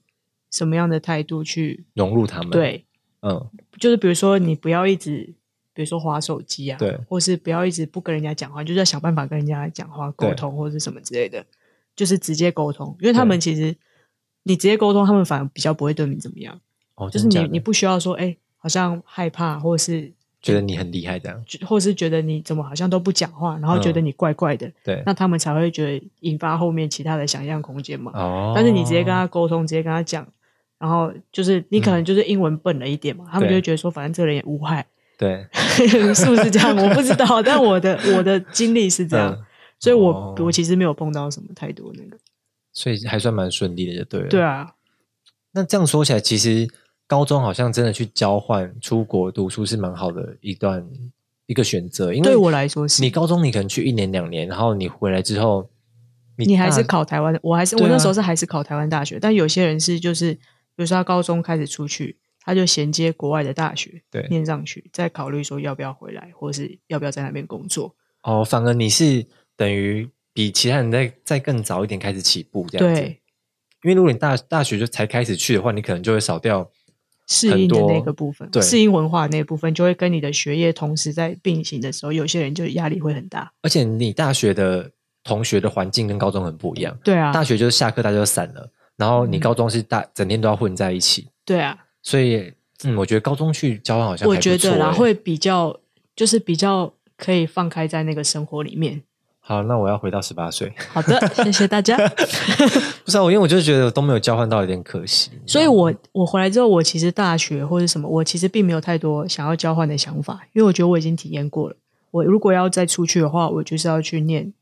Speaker 1: 什么样的态度去
Speaker 2: 融入他们？，
Speaker 1: 对，
Speaker 2: 嗯，
Speaker 1: 就是比如说你不要一直，比如说划手机啊，
Speaker 2: 对，
Speaker 1: 或是不要一直不跟人家讲话，就是要想办法跟人家讲话沟
Speaker 2: 对
Speaker 1: 通，或是什么之类的，就是直接沟通，因为他们其实你直接沟通，他们反而比较不会对你怎么样，
Speaker 2: 哦，
Speaker 1: 就是
Speaker 2: 真
Speaker 1: 你
Speaker 2: 的假的
Speaker 1: 你不需要说哎、好像害怕，或是
Speaker 2: 觉得你很厉害这样？
Speaker 1: 或是觉得你怎么好像都不讲话，然后觉得你怪怪的，
Speaker 2: 嗯对，
Speaker 1: 那他们才会觉得引发后面其他的想象空间嘛。
Speaker 2: 哦，
Speaker 1: 但是你直接跟他沟通，直接跟他讲，然后就是你可能就是英文笨了一点嘛，他们就
Speaker 2: 嗯对
Speaker 1: 会觉得说，反正这个人也无害，
Speaker 2: 对，
Speaker 1: 是不是这样？我不知 道，但我的我的经历是这样，
Speaker 2: 嗯
Speaker 1: 所以我、
Speaker 2: 哦
Speaker 1: 我其实没有碰到什么太多那个。
Speaker 2: 所以还算蛮顺利的，就对了。
Speaker 1: 对啊，
Speaker 2: 那这样说起来，其实高中好像真的去交换出国读书是蛮好的一段一个选择，因为
Speaker 1: 对我来说是
Speaker 2: 你高中你可能去一年两年，然后你回来之后，你
Speaker 1: 你还是
Speaker 2: 大
Speaker 1: 考台湾的，我还是、我
Speaker 2: 对啊
Speaker 1: 那时候是还是考台湾大学，但有些人是就是，比如说他高中开始出去，他就衔接国外的大学
Speaker 2: 对
Speaker 1: 念上去，再考虑说要不要回来，或是要不要在那边工作。
Speaker 2: 哦，反而你是等于比其他人再再更早一点开始起步这样子。
Speaker 1: 对，
Speaker 2: 因为如果你大大学就才开始去的话，你可能就会少掉
Speaker 1: 适
Speaker 2: 很
Speaker 1: 应的
Speaker 2: 多
Speaker 1: 那个部分，
Speaker 2: 对
Speaker 1: 适应文化的那个部分，就会跟你的学业同时在并行的时候，有些人就压力会很大。
Speaker 2: 而且你大学的同学的环境跟高中很不一样，
Speaker 1: 对啊，
Speaker 2: 大学就是下课大家就散了，然后你
Speaker 1: 嗯
Speaker 2: 高中是大、整天都要混在一起，
Speaker 1: 对啊，
Speaker 2: 所以嗯，我觉得高中去交换好像
Speaker 1: 我
Speaker 2: 还不
Speaker 1: 觉得
Speaker 2: 错
Speaker 1: 啦，
Speaker 2: 欸
Speaker 1: 会比较就是比较可以放开在那个生活里面。
Speaker 2: 好。那我要回到十八岁，
Speaker 1: 好的， 谢谢大家。
Speaker 2: 不是、啊、我，因为我就觉得都没有交换到，有点可惜。
Speaker 1: 所以我我回来之后，我其实大学或者什么，我其实并没有太多想要交换的想法，因为我觉得我已经体验过了。我如果要再出去的话，我就是要去念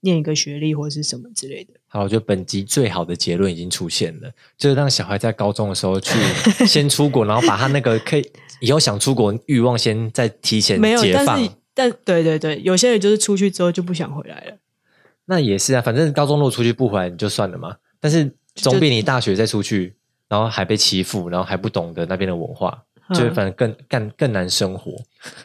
Speaker 1: 念一个学历或者是什么之类的。
Speaker 2: 好，我觉得本集最好的结论已经出现了，就是让小孩在高中的时 候去先出国，然后把他那个可以以后想出国欲望先再提前
Speaker 1: 没有，
Speaker 2: 解
Speaker 1: 但
Speaker 2: 放
Speaker 1: 是。但对对对，有些人就是出去之后就不想回来了。
Speaker 2: 那也是啊，反正高中如果出去不回来，你就算了嘛。但是总比你大学再出去，然后还被欺负，然后还不懂得那边的文化，
Speaker 1: 嗯
Speaker 2: 就会反正更更更难生活。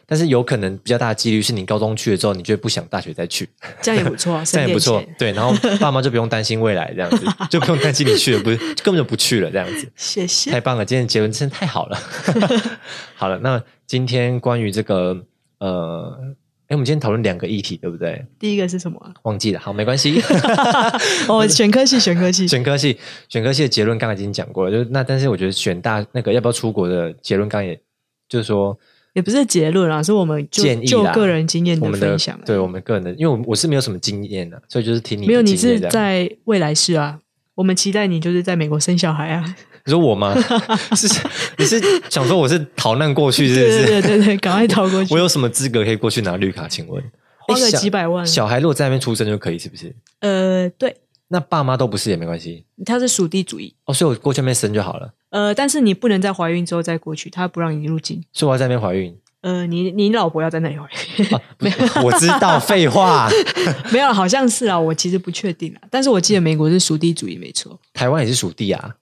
Speaker 2: 但是有可能比较大的几率是你高中去了之后，你就会不想大学再去，
Speaker 1: 这样也不错啊，
Speaker 2: 这样也不
Speaker 1: 省
Speaker 2: 错
Speaker 1: 点钱。
Speaker 2: 对，然后爸妈就不用担心未来这样子，就不用担心你去了不是根本就不去了这样子。
Speaker 1: 谢
Speaker 2: 太
Speaker 1: 谢。
Speaker 2: 棒了！今天的结论真的太 好了。 好了，那今天关于这个呃，哎，我们今天讨论两个议题，对不对？
Speaker 1: 第一个是什么 啊？
Speaker 2: 忘记了，好，没关系。
Speaker 1: 哦，选科系，选科系，
Speaker 2: 选科系，选科系的结论刚才已经讲过了，就是那但是我觉得选大那个要不要出国的结论，刚刚也就是说
Speaker 1: 也不是结论啊，是我们就
Speaker 2: 建议
Speaker 1: 就
Speaker 2: 啦
Speaker 1: 个人经验
Speaker 2: 我们
Speaker 1: 分享。啊
Speaker 2: 对我们个人的，因为我我是没有什么经验的、所以就是听你的
Speaker 1: 没有，你
Speaker 2: 经验
Speaker 1: 是
Speaker 2: 这样
Speaker 1: 在未来世啊，我们期待你就是在美国生小孩啊。
Speaker 2: 你说 我吗？是你是想说我是逃难过去，是不是？
Speaker 1: 对对对对对，赶快逃过去
Speaker 2: 我，有什么资格可以过去拿绿卡？请问，
Speaker 1: 花个
Speaker 2: 诶小
Speaker 1: 几百万。
Speaker 2: 小孩如果在那边出生就可以，是不是？
Speaker 1: 呃，对，
Speaker 2: 那爸妈都不是也没关系
Speaker 1: 他是属地主义。
Speaker 2: 哦，所以我过去那边生就好了，
Speaker 1: 呃，但是你不能在怀孕之后再过去，他不让你入境。
Speaker 2: 所以我要在那边怀孕。
Speaker 1: 呃，你你老婆要在那里怀孕？
Speaker 2: 啊、不是我知道，废话，
Speaker 1: 没有，好像是啊，我其实不确定啊，但是我记得美国是属地主义，没错，
Speaker 2: 台湾也是属地啊，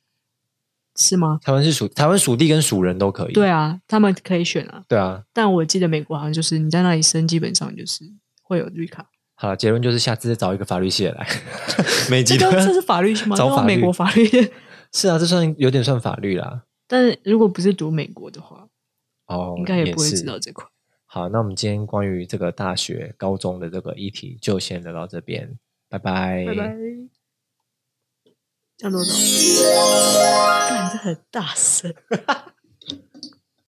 Speaker 1: 是吗？
Speaker 2: 台湾是属台湾属地跟属人都可以。
Speaker 1: 对啊，他们可以选啊，
Speaker 2: 对啊，
Speaker 1: 但我记得美国好像就是你在那里生，基本上就是会有绿卡。
Speaker 2: 好了，结论就是下次再找一个法律 系的来，每集
Speaker 1: 这
Speaker 2: 都
Speaker 1: 个这是法律系吗？这
Speaker 2: 找
Speaker 1: 是
Speaker 2: 法律
Speaker 1: 美国法律的。
Speaker 2: 是啊，这算有点算法律啦。
Speaker 1: 但是如果不是读美国的话，
Speaker 2: 哦，
Speaker 1: 应该也不会
Speaker 2: 是
Speaker 1: 知道这块。
Speaker 2: 好，那我们今天关于这个大学、高中的这个议题就先聊到这边，拜拜，
Speaker 1: 拜拜。这样多少？干，这很大声。